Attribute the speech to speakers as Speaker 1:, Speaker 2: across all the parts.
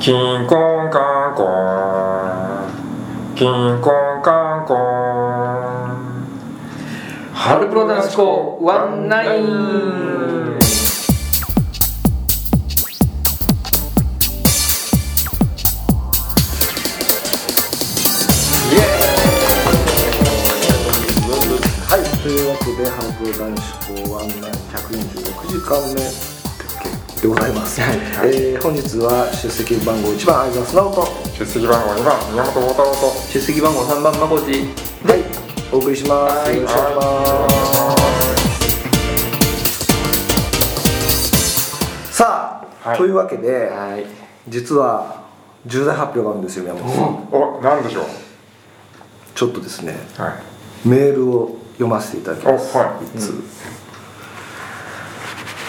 Speaker 1: キンコンカンコンキンコンカンコン
Speaker 2: ハルプロ男子校ワンナイン
Speaker 3: はい、というわけで、ハンプ男子校案内146時間目でございます。えー本日は出席番号1番、相沢素直と、
Speaker 1: 出席番号2番宮本幸太郎と
Speaker 2: 出席番号3番まこち
Speaker 3: はい、お送りします。よろしくお願いします。さあ、
Speaker 1: はい
Speaker 3: というわけで、
Speaker 2: はい
Speaker 3: 実は重大発表があるんですよ、宮本さん。
Speaker 1: おなんでしょう
Speaker 3: ちょっとですね、
Speaker 1: はい
Speaker 3: メールを読ませていただきます。
Speaker 1: おはい
Speaker 3: 一通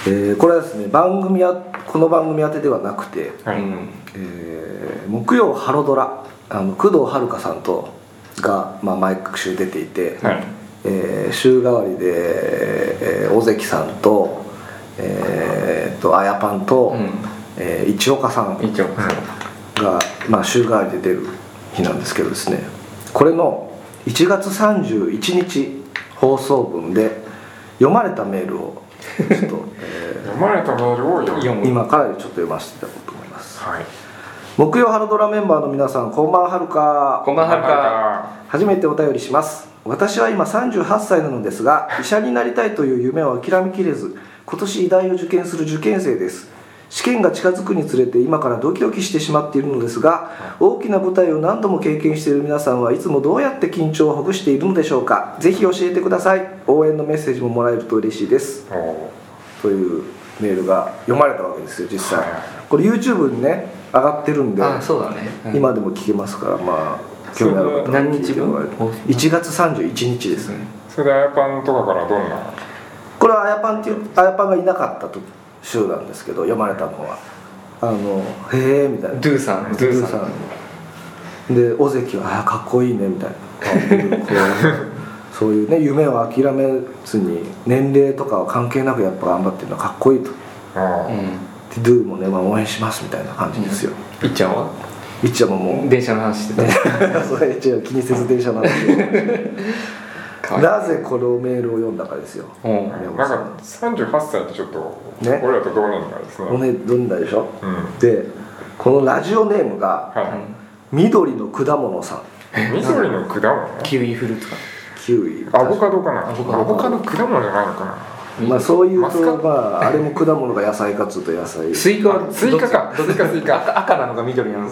Speaker 3: えーこれはですね、番組や、この番組宛てではなくて。
Speaker 1: はい、
Speaker 3: えー木曜ハロドラあの工藤遥さんとが、まあ、毎週出ていて、
Speaker 1: はい
Speaker 3: えー週替わりで、えー、尾関さんと,、えー、とあやパンと、
Speaker 2: うん
Speaker 3: えー一岡さん
Speaker 2: 一応
Speaker 3: が、まあ、週替わりで出る日なんですけどですねこれの1月31日放送分で読まれたメールをちょっと、え
Speaker 1: 読まれたメールを読む
Speaker 2: 読
Speaker 3: ー
Speaker 2: む
Speaker 3: 今からちょっと読ませていただこうと思います
Speaker 1: はい
Speaker 3: 木曜ハロドラメンバーの皆さんこんばんはるか
Speaker 2: こんばんはるか
Speaker 3: 初めてお便りします私は今38歳なので すが医者になりたいという夢を諦めきれず今年医大を受験する受験生です試験が近づくにつれて今からドキドキしてしまっているのですが大きな舞台を何度も経験している皆さんはいつもどうやって緊張をほぐしているのでしょうかぜひ教えてください応援のメッセージももらえると嬉しいです
Speaker 1: おお
Speaker 3: というメールが読まれたわけですよ実際
Speaker 1: はい
Speaker 3: これ YouTube にね上がってるんで
Speaker 2: あそうだねうん
Speaker 3: 今でも聞けますからまあ興味ある方は
Speaker 2: 何日分
Speaker 3: 聞いてもらえる1月31日ですね
Speaker 1: それであやパンとかからどんな
Speaker 3: これはあやぱんっていうあやぱんがいなかったと週なんですけど読まれたのはあの「へえ」みたいな
Speaker 2: ドゥさん
Speaker 3: ドゥさんで尾関は「あかっこいいね」みたいな こうそういうね夢を諦めずに年齢とかは関係なくやっぱ頑張ってるのはかっこいいと
Speaker 1: あ
Speaker 2: う
Speaker 1: ー
Speaker 2: ん
Speaker 3: でドゥもね、まあ、応援しますみたいな感じですよ、
Speaker 2: いっちゃんはい
Speaker 3: っちゃんももう
Speaker 2: 電車の話してた
Speaker 3: それ一応気にせず電車なんですけ
Speaker 2: か
Speaker 3: ど
Speaker 2: わいい
Speaker 3: なぜこのメールを読んだかですよ
Speaker 2: うん
Speaker 3: 宮
Speaker 1: なん
Speaker 3: 本さ
Speaker 1: か38歳ってちょっと、
Speaker 3: ね
Speaker 1: 俺らと同年代ですね
Speaker 3: おね読んだでしょ
Speaker 1: うんは
Speaker 3: でこのラジオネームが緑の果物さん
Speaker 1: い緑の果物
Speaker 2: キウイフルーツか
Speaker 3: キウイ
Speaker 1: アボカドかな
Speaker 2: ア
Speaker 1: ア
Speaker 2: ボ
Speaker 1: ボ
Speaker 2: カド
Speaker 1: カド果物じゃないのかな
Speaker 3: まあそういう
Speaker 1: マスカ
Speaker 3: と
Speaker 1: ット
Speaker 3: まああれも果物が野菜かっつうと野菜
Speaker 2: スイカは
Speaker 1: スイカか
Speaker 2: どっちかスイカ赤 赤なのか緑なの か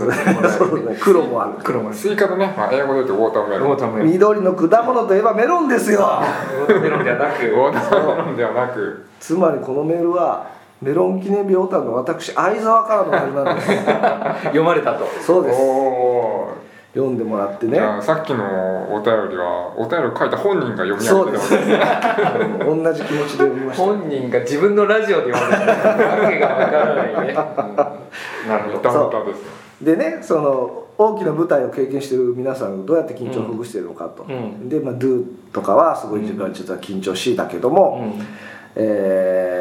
Speaker 3: そうだね黒もある
Speaker 2: 黒もある
Speaker 1: スイカとね、まあ、英語で言うとウォーターメロ
Speaker 2: ロ
Speaker 1: ン
Speaker 2: ータンメロン
Speaker 3: 緑の果物といえばメロンですよ
Speaker 2: ロータンメロンじゃなく
Speaker 1: ウォーターメロンではなく
Speaker 3: つまりこのメールはメロン記念日オタの私相沢からのメールなんで
Speaker 2: 読まれたと
Speaker 3: すそう
Speaker 1: お
Speaker 3: です
Speaker 1: お
Speaker 3: 読んでもらって
Speaker 1: ー、
Speaker 3: ね
Speaker 1: じゃあさっきのお便りはお便りを書いた本人が読み上
Speaker 3: そう
Speaker 1: げてた
Speaker 3: で
Speaker 1: わ
Speaker 3: す
Speaker 1: けです
Speaker 3: あの同じ気持ちで読みました
Speaker 2: 本人が自分のラジオで読んでるわけがわからないね、 うんなる
Speaker 1: ド
Speaker 2: ほど
Speaker 1: タ
Speaker 3: そう
Speaker 1: バタです
Speaker 3: でねその大きな舞台を経験してる皆さんがどうやって緊張をほぐしてるのかと、
Speaker 2: うん
Speaker 3: で、まあ、Do とかはすごい自分は実は緊張しいだけども、
Speaker 2: うん
Speaker 3: え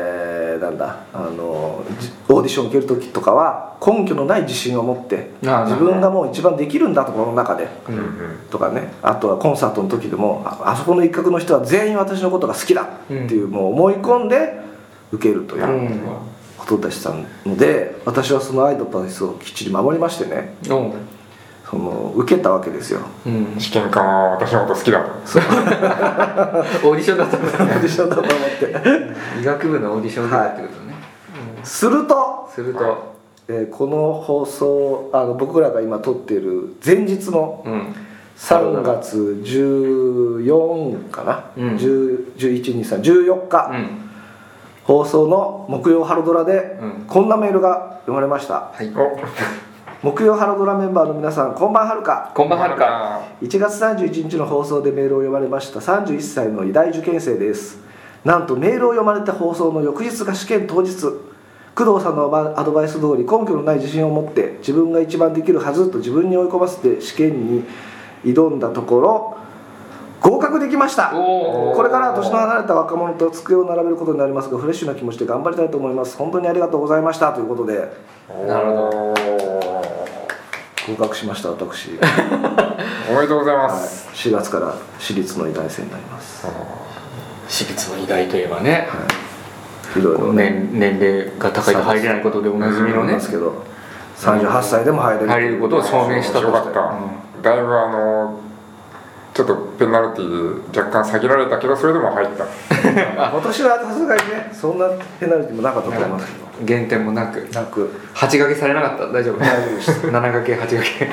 Speaker 3: ーなんだあのじオーディション受ける時とかは根拠のない自信を持って
Speaker 2: ああ
Speaker 3: 自分がもう一番できるんだとこの中で。
Speaker 1: うんうん
Speaker 3: とかね、あとはコンサートの時でもああそこの一角の人は全員私のことが好きだっていう、もう思い込んで受けるといううんことでしたので、私はそのアイドパスをきっちり守りましてね
Speaker 2: うん
Speaker 3: その受けたわけですよ
Speaker 2: うん
Speaker 1: 試験官は私のこと好きだと
Speaker 2: オーディションだったんだ
Speaker 3: オーディションだと思って
Speaker 2: 医学部のオーディションだってことね、
Speaker 3: すると、
Speaker 2: すると
Speaker 3: えーこの放送あの僕らが今撮っている前日の
Speaker 2: うん
Speaker 3: 3月14かな、
Speaker 2: うん
Speaker 3: 112314日、
Speaker 2: うん
Speaker 3: 放送の木曜ハロドラで、
Speaker 2: うん
Speaker 3: こんなメールが読まれました
Speaker 2: はい
Speaker 1: お
Speaker 3: 木曜ハロドラメンバーの皆さんこんばんはるか
Speaker 2: こんばんはるか
Speaker 3: 1月31日の放送でメールを読まれました31歳の医大受験生ですなんとメールを読まれた放送の翌日が試験当日工藤さんのアドバイス通り根拠のない自信を持って自分が一番できるはずと自分に追い込ませて試験に挑んだところ合格できました
Speaker 2: おー
Speaker 3: これからは年の離れた若者と机を並べることになりますがフレッシュな気持ちで頑張りたいと思います本当にありがとうございましたということで
Speaker 1: おー
Speaker 2: なるほ
Speaker 3: 合格しました私、はい、
Speaker 1: おめでとうございます、
Speaker 3: 4月から私立の医大生になります、は
Speaker 2: 私立の医大といえばね
Speaker 3: い、いろいろね
Speaker 2: 年年齢が高いと入れないことでおなじみの
Speaker 3: な
Speaker 2: ね
Speaker 3: んですけど38歳でも入れる
Speaker 2: 入れることを証明した
Speaker 3: そ
Speaker 1: よ
Speaker 2: と
Speaker 3: うで
Speaker 1: か
Speaker 3: す
Speaker 1: っ
Speaker 3: ね
Speaker 1: た、だいぶあのちょっとペナルティで若干下げられたけどそれでも入った
Speaker 3: 今年はさすがにねそんなペナルティもなかったと思いますけど
Speaker 2: 減点もなく
Speaker 3: なく
Speaker 2: 八掛けされなかった大丈夫
Speaker 3: 大丈夫でし
Speaker 2: 七掛け八掛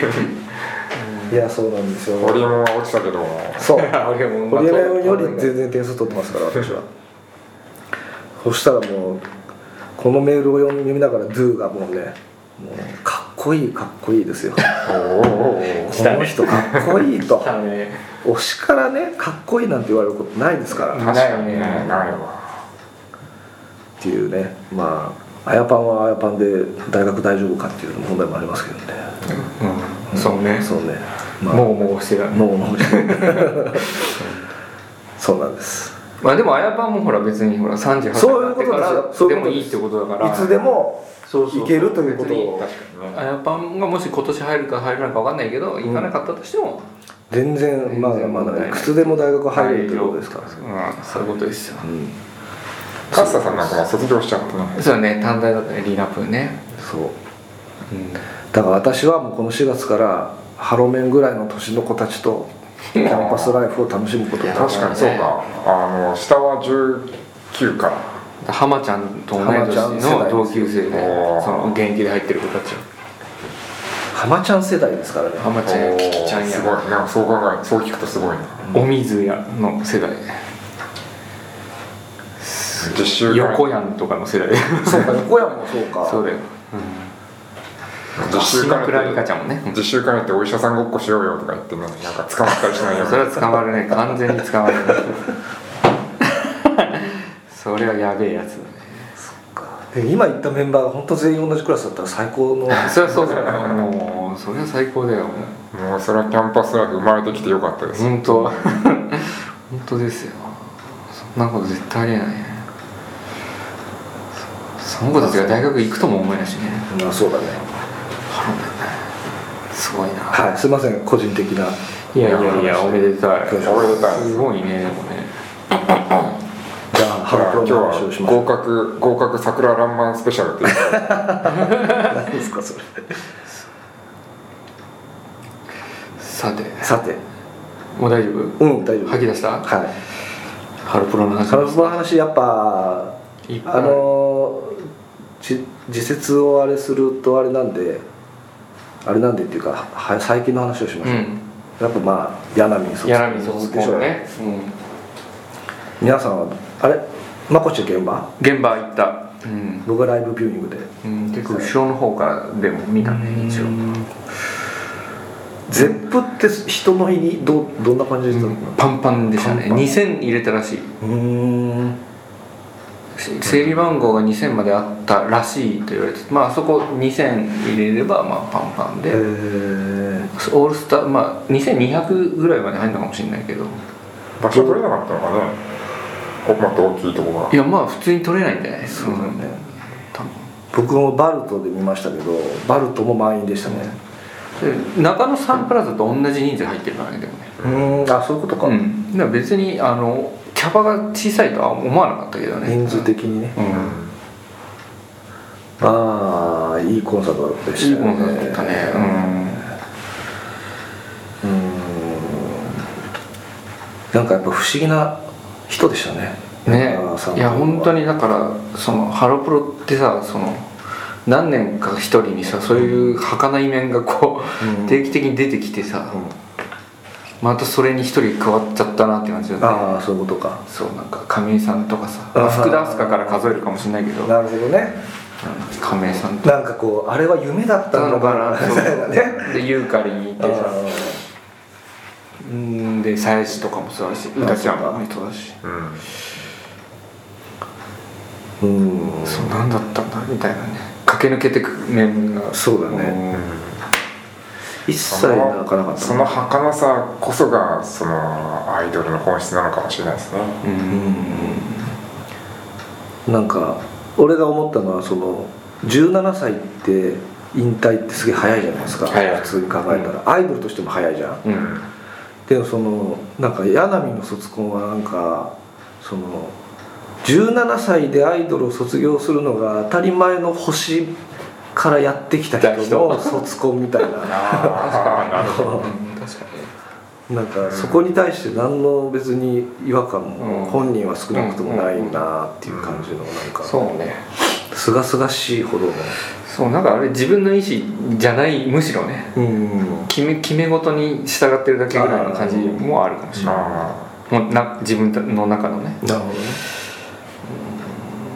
Speaker 2: け
Speaker 3: いやそうなんですよ
Speaker 1: ボリュームは落ちたけども
Speaker 3: そう
Speaker 2: 俺も
Speaker 3: 堀江より
Speaker 2: 全
Speaker 3: 全然点数取ってますから私はそしたらもうこのメールを読みながら「Do」がもうねもうかっこいいかっこい いですよこ
Speaker 1: おーおーおー
Speaker 2: 来たね
Speaker 3: の人かっこいいと
Speaker 2: 然ね
Speaker 3: 推しからねかっこいいなんて言われることないですからっ
Speaker 1: 確かにね
Speaker 2: ないよね
Speaker 1: ないわ
Speaker 3: ていうねまああやパンはあやパンで大学大丈夫かっていう問題もありますけどね
Speaker 2: うんそうね
Speaker 3: そうね、まあ、
Speaker 2: もうもうしてた
Speaker 3: もうもうそうなんです
Speaker 2: まあでもあやぱんもほら別にほら38歳
Speaker 3: そう
Speaker 2: になっ
Speaker 3: いうこ
Speaker 2: て
Speaker 3: と
Speaker 2: か
Speaker 3: ですよ
Speaker 2: ら
Speaker 3: そう
Speaker 2: で
Speaker 3: いうこ
Speaker 2: も
Speaker 3: と
Speaker 2: い
Speaker 3: です
Speaker 2: いってことだから
Speaker 3: いつでも
Speaker 2: そうそうそう
Speaker 3: いけるということを
Speaker 1: 確かに
Speaker 2: あ
Speaker 1: ね
Speaker 2: やぱんがもし今年入るか入らないか分かんないけど行かなかったとしても、
Speaker 3: 全然
Speaker 2: 全然
Speaker 3: まだま
Speaker 2: 問題
Speaker 3: だ
Speaker 2: ない
Speaker 3: いくつでも大学入れるってことですから、
Speaker 2: うん、そういうことですよ
Speaker 3: うん、
Speaker 1: カッサさんなんかは卒業しちゃったな
Speaker 2: そうね短大だったねリーナプーね、
Speaker 3: そう
Speaker 2: うん、
Speaker 3: だから私はもうこの4月からハロメンぐらいの年の子たちとキャンパスライフを楽しむことになる
Speaker 1: 確かにそうかあの下は19か
Speaker 2: 浜ちゃんと同い
Speaker 3: 浜ちゃん
Speaker 2: 年
Speaker 3: 世代ですよ
Speaker 2: の同級生で
Speaker 1: おー
Speaker 2: その現役で入ってる子たち
Speaker 3: 浜ちゃん世代ですからね
Speaker 2: 浜ちゃんやキキちゃん
Speaker 1: すごい
Speaker 2: や
Speaker 1: なんかそう考えそう聞くとすごいな
Speaker 2: お水やの世代
Speaker 1: 実習会
Speaker 2: 横やんとかの 世代
Speaker 3: そうか横山もそうか
Speaker 2: そうだよ
Speaker 1: 実習
Speaker 2: 島
Speaker 1: 会
Speaker 2: 倉美
Speaker 1: や
Speaker 2: 香
Speaker 1: っ
Speaker 2: ちゃんもねう
Speaker 1: て
Speaker 2: ん
Speaker 1: 実習会やってお医者さんごっこしようよとか言ってねなんか捕まったりしないよう
Speaker 2: それ
Speaker 1: に
Speaker 2: は捕まるね完全に捕ま るねそれはやべえやつだね
Speaker 3: で今言ったメンバーが本当全員同じクラスだったら最高 の
Speaker 2: そりゃそうだよもうそれは最高だよ
Speaker 1: もうそれはキャンパスライフ生まれてきてよかったです
Speaker 2: 本当本当ですよそんなこと絶対ありえないねそその子たちが大学行くとも思えないしね
Speaker 3: まあそうだね
Speaker 2: すごいな
Speaker 3: はいすいません個人的ない
Speaker 2: やいやいやおめでたい
Speaker 3: そうです
Speaker 1: おめでたい
Speaker 2: すごいねでもね
Speaker 3: じゃあハ
Speaker 1: ほら今
Speaker 3: ロプ
Speaker 1: 日
Speaker 3: ロの話をし
Speaker 1: は
Speaker 3: ましょ
Speaker 1: 合格合格桜爛漫スペシャルっていうか
Speaker 3: う何ですかそれ
Speaker 2: さて
Speaker 3: さて
Speaker 2: もう大丈夫
Speaker 3: うん大丈夫
Speaker 2: 吐き出した
Speaker 3: はい
Speaker 2: ハロプロの話
Speaker 3: カラスの話やっぱ
Speaker 2: いっぱい
Speaker 3: あのじ自説をあれするとあれなんであれなんでっていうかは最近の話をしま
Speaker 2: う
Speaker 3: しょう、
Speaker 2: ん
Speaker 3: やっぱまあ柳に
Speaker 2: 柳卒
Speaker 3: でしょ
Speaker 2: 業ね、うん、
Speaker 3: 皆さんはあれまこっち現場
Speaker 2: 現場行ったうん、
Speaker 3: 僕はライブビューイングで
Speaker 2: うん、結構後ろの方からでも見たね一応
Speaker 3: ゼップって人の日にどうどんな感じでしたの
Speaker 2: パンパンでしたね
Speaker 3: パンパン
Speaker 2: 2000入れたらしいう
Speaker 3: ーん
Speaker 2: 整理番号が2000まであったらしいと言われてまああそこ2000入れればまあパンパン
Speaker 3: え
Speaker 2: で、
Speaker 3: ー、
Speaker 2: オールスターまあ2200ぐらいまで入るのかもしれないけど
Speaker 1: 場所取れなかったのかねおまた大きいとこが
Speaker 2: いやまあ普通に取れないんじゃないそう
Speaker 3: だね
Speaker 2: 多分
Speaker 3: 僕もバルトで見ましたけどバルトも満員でしたね
Speaker 2: で中野サンプラザと同じ人数入ってるからねでもね
Speaker 3: うんあそういうことか、
Speaker 2: うんだから別にあのキャパが小さいとは思わなかったけどね
Speaker 3: 人数的にね、
Speaker 2: うん、
Speaker 3: ああいいコンサートで
Speaker 2: い
Speaker 3: し
Speaker 2: い
Speaker 3: た
Speaker 2: ものだったね
Speaker 3: うんなんかやっぱ不思議な人でしたね
Speaker 2: うんね
Speaker 3: 中川さん
Speaker 2: いや本当
Speaker 3: に
Speaker 2: にだからそのハロプロってさその何年か一人にさそういう儚い面がこう、
Speaker 3: うん
Speaker 2: 定期的に出てきてさ、またそれに一人加わっちゃったなって感じだった
Speaker 3: ああそういうことか
Speaker 2: そうなんか亀井さんとかさ、
Speaker 3: あー
Speaker 2: 福田明日香から数えるかもしれないけど
Speaker 3: なるほどね
Speaker 2: 亀井さんとか
Speaker 3: なんかこうあれは夢だった
Speaker 2: な
Speaker 3: の
Speaker 2: の
Speaker 3: か
Speaker 2: か
Speaker 3: な
Speaker 2: な
Speaker 3: みたいなね
Speaker 2: そうでユーカリにいて
Speaker 3: あ
Speaker 2: さうんで鞘師とかもそうだし
Speaker 3: あ
Speaker 2: 歌ちゃんもそうだし
Speaker 1: うん
Speaker 3: ーうん
Speaker 2: そうなんだったんだみたいなね駆け抜けてく面が
Speaker 3: そうだね一切泣かなかった
Speaker 1: その儚さこそがそのアイドルの本質なのかもしれないですね
Speaker 2: うん
Speaker 3: なんか俺が思ったのはその17歳って引退ってすげえ早いじゃないですか、
Speaker 2: 早い
Speaker 3: 普通に考えたら、アイドルとしても早いじゃん
Speaker 2: うん
Speaker 3: でもそのなんか柳の卒コンはなんかその17歳でアイドルを卒業するのが当たり前の星からやってきた人の卒コンみたいな
Speaker 1: ああ なるほど
Speaker 2: 確かに
Speaker 3: なんかそこに対して何の別に違和感
Speaker 2: うん
Speaker 3: も本人は少なくともないなっていう感じのなんか
Speaker 2: そうね
Speaker 3: すがすがしいほどの
Speaker 2: そうなんかあれ自分の意思じゃないむしろね
Speaker 3: うん
Speaker 2: 決め決め事に従ってるだけぐらいの感じもあるかもしれない
Speaker 1: あ
Speaker 2: もうな自分の中のね
Speaker 3: なるほどね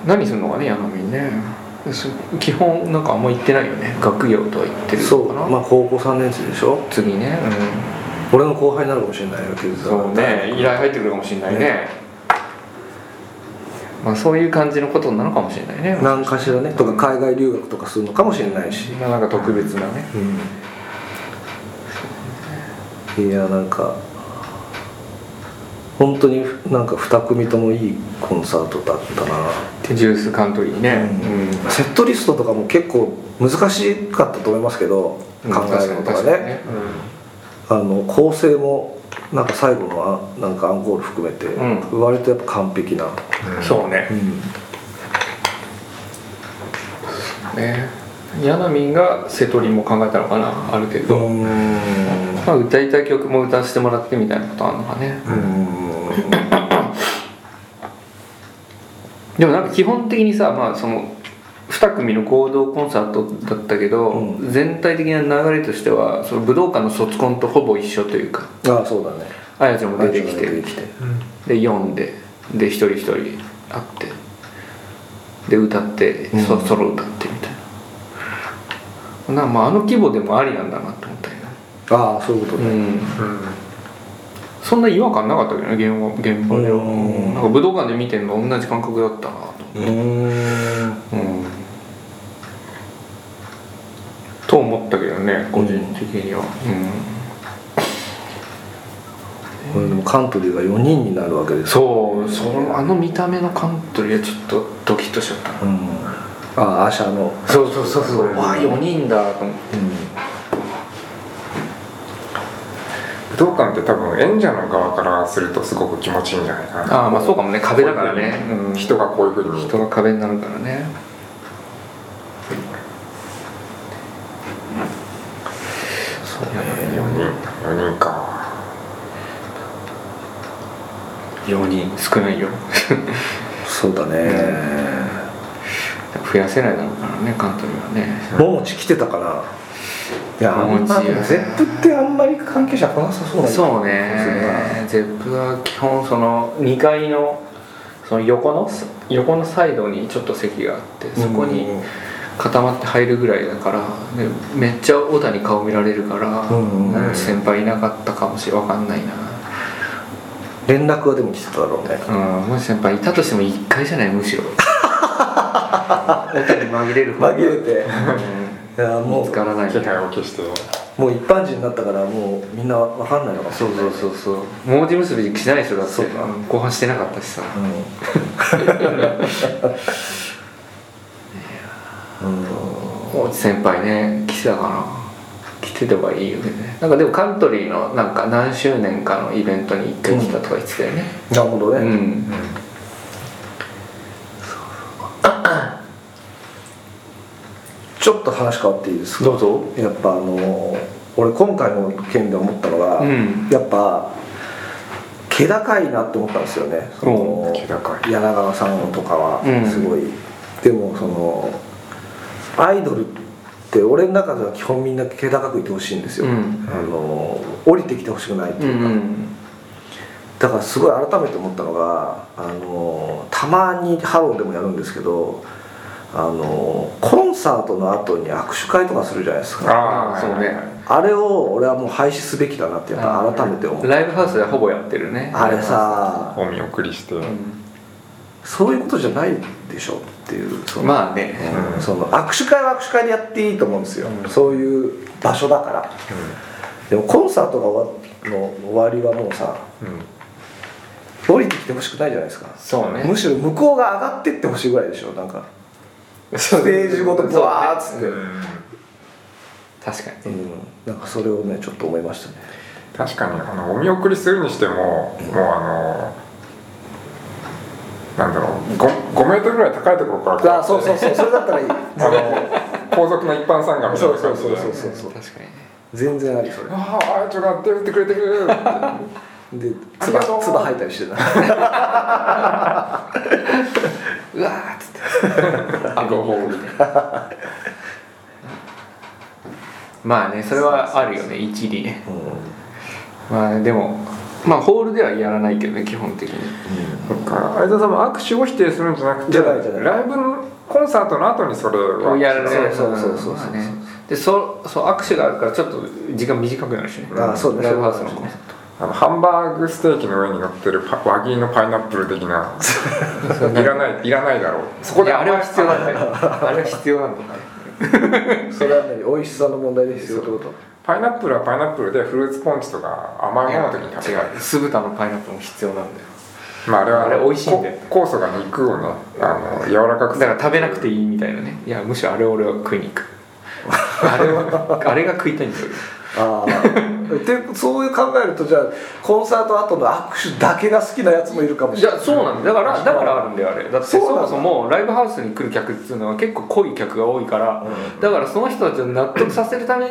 Speaker 2: 何するのかね山見ねそ基本なんかあんま言ってないよね学業とは言ってる
Speaker 3: そ
Speaker 2: の
Speaker 3: う
Speaker 2: かな
Speaker 3: まあ高校3年生でしょ
Speaker 2: 次ね、
Speaker 3: 俺の後輩になるかもしれないよけ
Speaker 2: う
Speaker 3: ど
Speaker 2: ん、
Speaker 3: さ
Speaker 2: そうね依頼入ってくるかもしれないねまあそういう感じのことなのかもしれないね
Speaker 3: 何かしらねとか海外留学とかするのかもしれないし、
Speaker 2: まあなんか特別なね
Speaker 3: いやなんか本当になんか2組ともいいコンサートだったな、
Speaker 2: でジュースカントリーねうん、
Speaker 3: セットリストとかも結構難しかったと思いますけど
Speaker 2: うん
Speaker 3: 考えることが
Speaker 2: 確
Speaker 3: ね,、
Speaker 2: かにね
Speaker 3: あの構成もなんか最後のあなんかアンコール含めて、
Speaker 2: う
Speaker 3: 割とやっぱ完璧な、
Speaker 1: ー
Speaker 2: そうねねヤナミンが瀬戸りも考えたのかなある程
Speaker 3: う
Speaker 2: 度、
Speaker 3: ん
Speaker 2: まあ、歌いたい曲も歌わせてもらってみたいなことあるのかね
Speaker 3: うん
Speaker 2: でもなんか基本的にさ、まあ、その2組の合同コンサートだったけど、
Speaker 3: う
Speaker 2: 全体的な流れとしてはその武道館の卒コンとほぼ一緒というか
Speaker 3: ああそうだね
Speaker 2: あやちゃんも出てきて
Speaker 3: 出てきて
Speaker 2: で読んでで一人一人会ってで歌ってそ
Speaker 3: うん
Speaker 2: ソロ歌ってみたいな,、なまあ、あの規模でもありなんだなと思ったよね、
Speaker 3: ああそういうこと
Speaker 2: うん、
Speaker 3: ね、
Speaker 1: あうん
Speaker 2: そんな違和感なかったけどね現場現場では、
Speaker 3: うん
Speaker 2: なんか武道館で見てるの同じ感覚だったなと
Speaker 3: うん
Speaker 2: うんと思ったけどね個人的には、
Speaker 3: これでもカントリーが4人になるわけです
Speaker 2: そ
Speaker 3: よ
Speaker 2: うそのあの見た目のカントリーはちょっとドキッとしちゃったな
Speaker 3: うんああアーシャの
Speaker 2: そうそうそうそうわあ4人だと思って
Speaker 1: 武道館って多分演者の側からするとすごく気持ちいいんじゃないかな
Speaker 2: ああまあそうかもね壁だからね、うん、人
Speaker 1: 人がこういうふうに
Speaker 2: 人が壁になるからねそうね
Speaker 1: 4人4人か
Speaker 2: 4人少ないよ
Speaker 3: そうだね
Speaker 2: 増やせないだろうからねカントリーはね
Speaker 3: ももち来てたかないやあんま
Speaker 2: ももちは
Speaker 3: ゼップってあんまり関係者来なさそうだ
Speaker 2: そうねゼップは基本その2階のその横の横のサイドにちょっと席があってそこに固まって入るぐらいだからでめっちゃ小田に顔見られるから、
Speaker 3: うんうんうん
Speaker 2: なんか先輩いなかったかもしれわかんないな
Speaker 3: 連絡はでも来てただろうね
Speaker 2: うんもし先輩いたとしても1階じゃないむし ろ小田に紛れる方が
Speaker 3: 紛れていや
Speaker 2: うん
Speaker 3: も
Speaker 2: 見つからない
Speaker 1: 気配を消して
Speaker 3: うもう一般人になったからもうみんなわかんないのかもし
Speaker 2: そ
Speaker 3: れ
Speaker 2: う
Speaker 3: ない
Speaker 2: そうそうそう文字結びしないでしょだって
Speaker 3: そうか
Speaker 2: 後半してなかったしさ
Speaker 3: うん、うん
Speaker 2: 大内先輩ね来てたかな来てればいいよねなんかでもカントリーのなんか何周年かのイベントに1回来たとか言ってたよね
Speaker 3: なるほど
Speaker 2: うん、
Speaker 3: ね、ちょっと話変わっていいですか
Speaker 2: どうぞ
Speaker 3: やっぱあの俺今回の件で思ったのが、
Speaker 2: うん
Speaker 3: やっぱ気高いなって思ったんですよねその
Speaker 1: 気高
Speaker 3: 柳川さんとか
Speaker 2: うん
Speaker 3: はすごい、でもそのアイドルって俺の中では基本みんな気高くいてほしいんですよ、
Speaker 2: うん
Speaker 3: あの降りてきてほしくないって
Speaker 2: う
Speaker 3: いうん
Speaker 2: うん
Speaker 3: だからすごい改めて思ったのがあのたまにハローでもやるんですけどあのコンサートの後に握手会とかするじゃないですか
Speaker 2: あ
Speaker 1: あ
Speaker 2: あ
Speaker 1: ー
Speaker 2: そうね
Speaker 3: あれを俺はもう廃止すべきだなってやっぱ改めて思う
Speaker 2: ライブハウスではほぼやってるね
Speaker 3: あれさ
Speaker 1: お見送りして、
Speaker 2: うん
Speaker 3: そういうことじゃないでしょっていうその,、
Speaker 2: まあね
Speaker 3: うんその握手会は握手会でやっていいと思うんですよ、そういう場所だからでもコンサートが終わの終わりはもうさ
Speaker 1: うんうん
Speaker 3: 降りてきてほしくないじゃないですか
Speaker 2: そうね
Speaker 3: むしろ向こうが上がってってほしいぐらいでしょなんかステージごとブワーっつって、
Speaker 1: うん
Speaker 2: 確かに
Speaker 3: うん、なんかそれをねちょっと思いましたね
Speaker 1: 確かにあのお見送りするにしてももうあのなんだろう 5, 5メートルぐらい高いところからこ
Speaker 3: あそうそうそう それだったらいい
Speaker 1: あの 皇族の一般参賀みたいな感じで
Speaker 3: そうそ
Speaker 2: 確か
Speaker 3: う
Speaker 2: にね
Speaker 3: 全然ありそれ
Speaker 1: あああいつが手振ってくれてるって
Speaker 3: で
Speaker 1: あ
Speaker 3: つ
Speaker 1: り
Speaker 3: ば
Speaker 1: がとう
Speaker 3: つば吐いたりして
Speaker 2: う
Speaker 3: た
Speaker 2: わーっつ ってあご褒美まあねそれはあるよね一理ね
Speaker 3: う
Speaker 2: まあでもまあホールではやらないけどね基本的に
Speaker 1: そっか相田さんも握手を否定するんじゃなくて
Speaker 3: じゃないじゃない
Speaker 1: ライブのコンサートの後にそれは
Speaker 2: やるね
Speaker 3: そうそうそうそう
Speaker 2: まあねでそそう握手があるからちょっと時間短くなるしね
Speaker 3: んあそうね
Speaker 2: ライブハウスのコンサー
Speaker 1: あのハンバーグステーキの上に乗ってるパ和牛のパイナップル的ないらないいらないだろうそ
Speaker 2: ト
Speaker 1: こ
Speaker 2: い
Speaker 1: で
Speaker 2: やあれは
Speaker 1: 甘い
Speaker 2: 必要なんだよあれは必要なんだよ
Speaker 3: んそれはね美味しさの問題で必要ってこと
Speaker 1: パイナップルはパイナップルでフルーツポンチとか甘いものの時に食べる
Speaker 2: 違う酢豚のパイナップルも必要なんだよ
Speaker 1: まああれは
Speaker 2: あれ美味しいんだよ
Speaker 1: こ酵素が肉をねあの柔らかく
Speaker 2: だ
Speaker 1: す
Speaker 2: か
Speaker 1: る
Speaker 2: ら食べなくていいみたいなねいやむしろあれを俺は食いに行くあれはあれが食いたいんだよ
Speaker 3: ああでそういう考えるとじゃあコンサート後の握手だけが好きなやつもいるかもし
Speaker 2: じ
Speaker 3: れな
Speaker 2: ゃ
Speaker 3: い
Speaker 2: あそうなんだだからだからあるんだよあれだってそ
Speaker 3: そうなん
Speaker 2: も
Speaker 3: だ
Speaker 2: そもライブハウスに来る客っていうのは結構濃い客が多いから、
Speaker 3: うん
Speaker 2: だからその人たちを納得させるため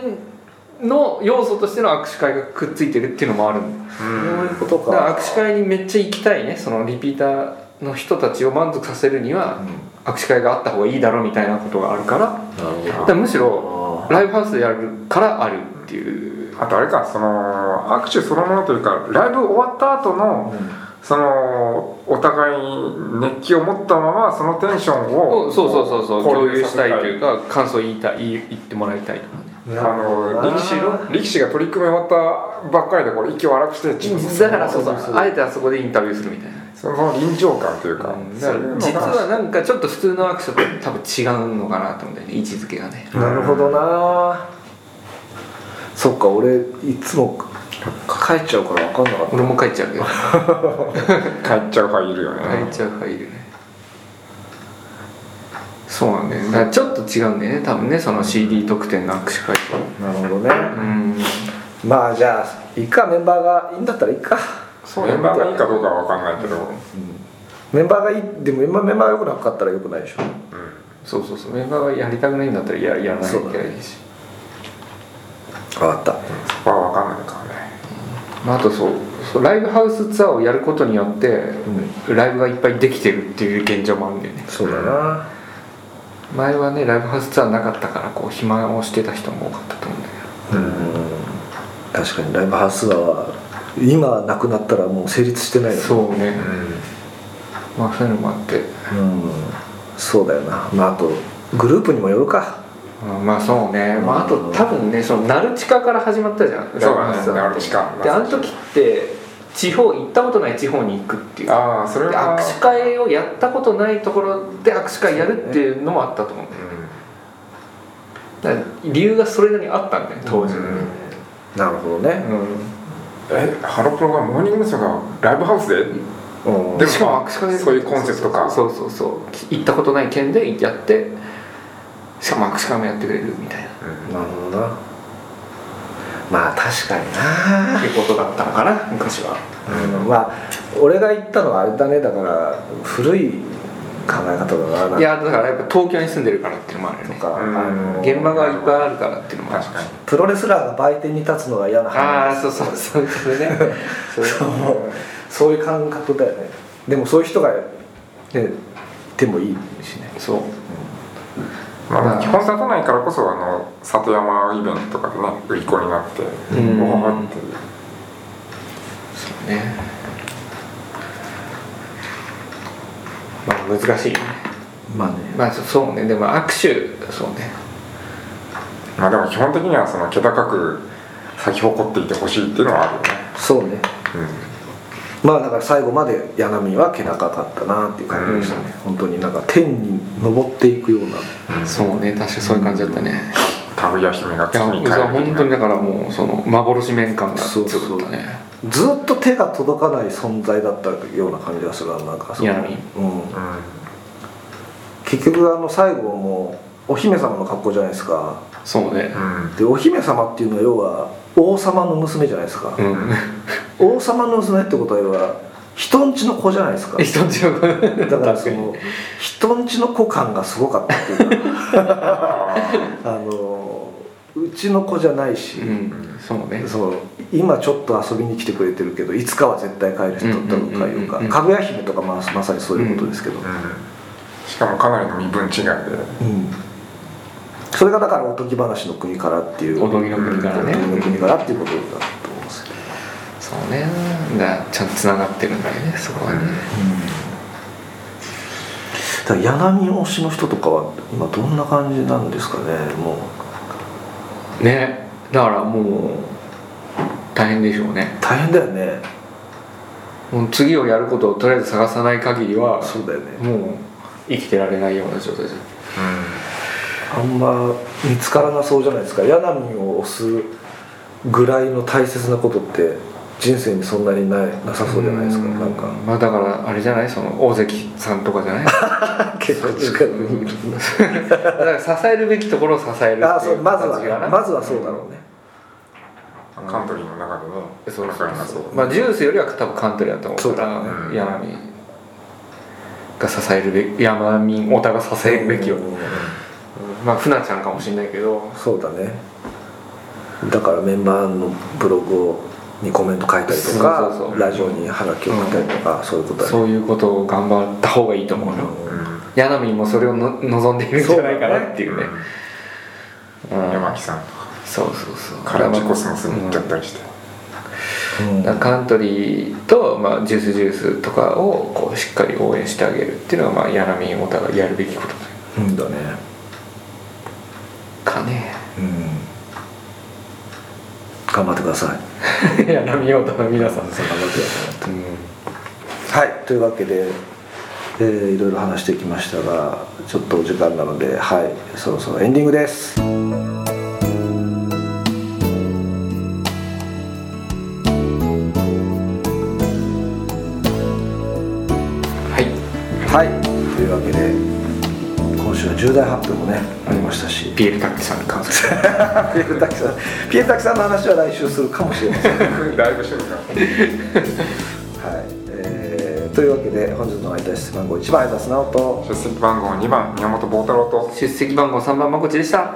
Speaker 2: の要素としての握手会がくっついてるっていうのもあるんだ
Speaker 1: う
Speaker 3: そうんいうこと
Speaker 2: だ
Speaker 3: か
Speaker 2: から握手会にめっちゃ行きたいねそのリピーターの人たちを満足させるには握手会があった方がいいだろうみたいなことがあるから
Speaker 3: なる
Speaker 2: だ
Speaker 3: ほ
Speaker 2: からむしろ
Speaker 3: ど
Speaker 2: ライブハウスでやるからあるっていう
Speaker 1: あとあれかその握手そのものというかライブ終わった後の、そのお互いに熱気を持ったままそのテンション
Speaker 2: そ
Speaker 1: を
Speaker 2: うそうそうそう共有したいという
Speaker 1: か
Speaker 2: か感想言いたい言い言ってもらいたいとかね
Speaker 1: あ
Speaker 3: なるほど
Speaker 1: の
Speaker 3: な
Speaker 1: 力士の力士が取り組み終わったばっかりでこれ息を荒くして
Speaker 2: だからそうそう
Speaker 3: そう
Speaker 2: あえてあそこでインタビューするみたいな
Speaker 1: その臨場感というか、
Speaker 2: だ
Speaker 1: そう
Speaker 2: か
Speaker 1: いうの
Speaker 2: ら
Speaker 1: が
Speaker 2: 実はなんかちょっと普通の握手と多分違うのかなと思うんだよね位置づけがね
Speaker 3: なるほどなそっか俺いつも帰っちゃうから分かんなかった
Speaker 2: 俺も帰っちゃ うけど
Speaker 1: 帰っちゃう派いるよね、
Speaker 2: 帰っちゃうからいるねそうなんだよねだからちょっと違うんだよね多分ねその CD 特典の握手会と
Speaker 3: なるほどね
Speaker 2: うん
Speaker 3: まあじゃあいいかメンバーがいいんだったらいいか
Speaker 1: メンバーがいいかどうかは分かんないけど、
Speaker 3: メンバーがいいでも今メンバーが良くなかったら良くないでしょ
Speaker 2: そうそうそうメンバーがやりたくないんだったらややらなきゃいけないし、
Speaker 3: 分かった
Speaker 1: そこは分かんないからね
Speaker 2: まあ、あとそうそうライブハウスツアーをやることによって、ライブがいっぱいできてるっていう現状もあるんだよね
Speaker 3: そうだな
Speaker 2: 前はねライブハウスツアーなかったからこう暇をしてた人も多かったと思うんだけ
Speaker 3: うん確かにライブハウスは今なくなったらもう成立してないよ
Speaker 2: ど
Speaker 3: ね
Speaker 2: そうね、まあそういうのもあって、
Speaker 3: うんそうだよなまああとグループにもよるか
Speaker 2: うんまあそうね、まあ、あと多分ねそのナルチカから始まったじゃん
Speaker 1: そうだね
Speaker 2: ライブハウスツアー
Speaker 1: ナル
Speaker 2: って
Speaker 1: チカ
Speaker 2: であの時って地方行ったことない地方に行くっていう
Speaker 1: ああそれ
Speaker 2: で
Speaker 1: は
Speaker 2: 握手会をやったことないところで握手会やるっていうのもあったと思うだから理由がそれなりにあったんだよ当時
Speaker 1: う、
Speaker 2: うんん、
Speaker 3: なるほどね、
Speaker 1: えハロプロがモーニング娘。がライブハウスで、
Speaker 3: うん
Speaker 1: でも
Speaker 2: しかも握手会
Speaker 1: そういうコンセプトか
Speaker 2: そうそうそうき行ったことない県でやってしかも握手会もやってくれるみたいな
Speaker 3: なるほどなまあ確かにな、
Speaker 2: ってことだったのかな昔は
Speaker 3: うんまあ俺が言ったのはあれだねだから古い考え方だななんか
Speaker 2: いやだからやっぱ東京に住んでるからっていうのもあるよね
Speaker 3: とかあの
Speaker 2: 現場がいっぱいあるからっていうのもある
Speaker 1: 確かに
Speaker 3: プロレスラーが売店に立つのが嫌な
Speaker 2: ああそうそうそうそれねそれ
Speaker 3: そういう感覚だよねでもそういう人がねでもいいしね
Speaker 2: そう
Speaker 1: まあ、基本立たないからこそあの里山イベントとかでね売り子になって
Speaker 2: ん
Speaker 1: おおって
Speaker 2: そうねまあ難しいね
Speaker 3: まあね
Speaker 2: まあそそうねでも握手そうね
Speaker 1: まあでも基本的にはその気高く咲き誇っていてほしいっていうのはあるよね
Speaker 3: そうねまあだから最後まで柳見は気高かったなっていう感じでしたね、本当になんか天に昇っていくような
Speaker 2: そうね確かそういう感じだったね
Speaker 1: かぐや姫が
Speaker 2: いや
Speaker 1: 月に帰る
Speaker 2: 本当にだからもうその幻面感が強
Speaker 3: そう
Speaker 2: か
Speaker 3: そう
Speaker 2: ったね
Speaker 3: ずっと手が届かない存在だったような感じがするななんかその
Speaker 2: 柳
Speaker 3: うん、
Speaker 1: うん
Speaker 3: 結局あの最後もお姫様の格好じゃないですか
Speaker 2: そうね
Speaker 1: うん
Speaker 3: でお姫様っていうのは要は王様の娘じゃないですか
Speaker 2: う、ん
Speaker 3: 王様の娘ってことは要は人んちの子じゃない ですか
Speaker 2: 人んちの子
Speaker 3: だからその人んちの子感がすごかったっていうか あのうちの子じゃないし、
Speaker 2: うんそうね
Speaker 3: そう今ちょっと遊びに来てくれてるけどいつかは絶対帰る人だろうかい
Speaker 2: うんうん
Speaker 3: う
Speaker 2: うん
Speaker 3: か
Speaker 2: うん
Speaker 3: かぐや姫とかまあまさにそういうことですけど、うん
Speaker 1: うんしかもかなりの身分違いで
Speaker 3: それがだからおとぎ話の国からっていう
Speaker 2: おとぎの国からね
Speaker 3: おとぎの国からっていうことだと思うんですけど
Speaker 2: そうねだからちゃんとつながってるんだよねそこはね
Speaker 3: だから柳推しの人とかは今どんな感じなんですかねもう
Speaker 2: ねだからもう大変でしょうね
Speaker 3: 大変だよね
Speaker 2: もう次をやることをとりあえず探さない限りは
Speaker 3: そうだよね
Speaker 2: もう生きてられないような状態じゃん
Speaker 3: あんま見つからなそうじゃないですか柳を押すぐらいの大切なことって人生にそんなにないなさそうじゃないですか
Speaker 2: ん
Speaker 3: なんか
Speaker 2: まあだからあれじゃないその大関さんとかじゃ ない
Speaker 3: 結構近くにい る
Speaker 2: だから支えるべきところを支える
Speaker 3: あそうまずは
Speaker 2: 形かな
Speaker 3: ねまずはそうだろうね
Speaker 1: うんカントリーの中でね
Speaker 2: そう
Speaker 1: わ
Speaker 2: そ
Speaker 1: か
Speaker 2: う
Speaker 1: ります
Speaker 2: そうまあジュースよりは多分カントリーだと思うか
Speaker 3: そう
Speaker 1: だ
Speaker 2: ら
Speaker 1: ね
Speaker 2: 柳が支えるべき山民オタが支えるべきよ
Speaker 3: うん
Speaker 2: まあ船ちゃんかもしれないけど
Speaker 3: そうだねだからメンバーのブログをにコメント書いたりとか
Speaker 2: そうそうそう
Speaker 3: ラジオにハガキを送ったりとか、そういうことだね
Speaker 2: そういうことを頑張った方がいいと思うよ
Speaker 1: う
Speaker 3: うん
Speaker 1: ん
Speaker 2: 柳もそれをの望んでいるんじゃないかなっていうねうん
Speaker 1: 山木さんとか
Speaker 2: そうそうそう
Speaker 1: カラチコスモスに行っちゃったりして
Speaker 3: うん
Speaker 2: だからカントリーと、まあ、ジュースジュースとかをこうしっかり応援してあげるっていうのが、まあ、柳お互いやるべきこと
Speaker 3: うんだね
Speaker 2: かね
Speaker 3: うん頑張ってください
Speaker 2: 柳お互い皆さん、
Speaker 3: 頑張ってくださ
Speaker 2: う
Speaker 3: い
Speaker 2: ん、
Speaker 3: はい、というわけで、えーいろいろ話してきましたがちょっとお時間なのではいそろそろエンディングです
Speaker 2: はい
Speaker 3: はいというわけで今週は重大発表もねありましたし
Speaker 2: ピエール・タッキさんに関する
Speaker 3: ピエール滝さんピエール滝さんの話は来週するかもしれません はい、
Speaker 1: だいぶ瞬間
Speaker 3: えーというわけで本日の相対質問号1番枝直と
Speaker 1: 出席番号2番宮本坊太郎と
Speaker 2: 出席番号3番まこちでした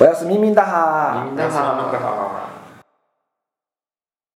Speaker 3: おやすみみんだはー
Speaker 2: みん
Speaker 1: 安田
Speaker 2: な
Speaker 1: なんだ
Speaker 2: が
Speaker 1: か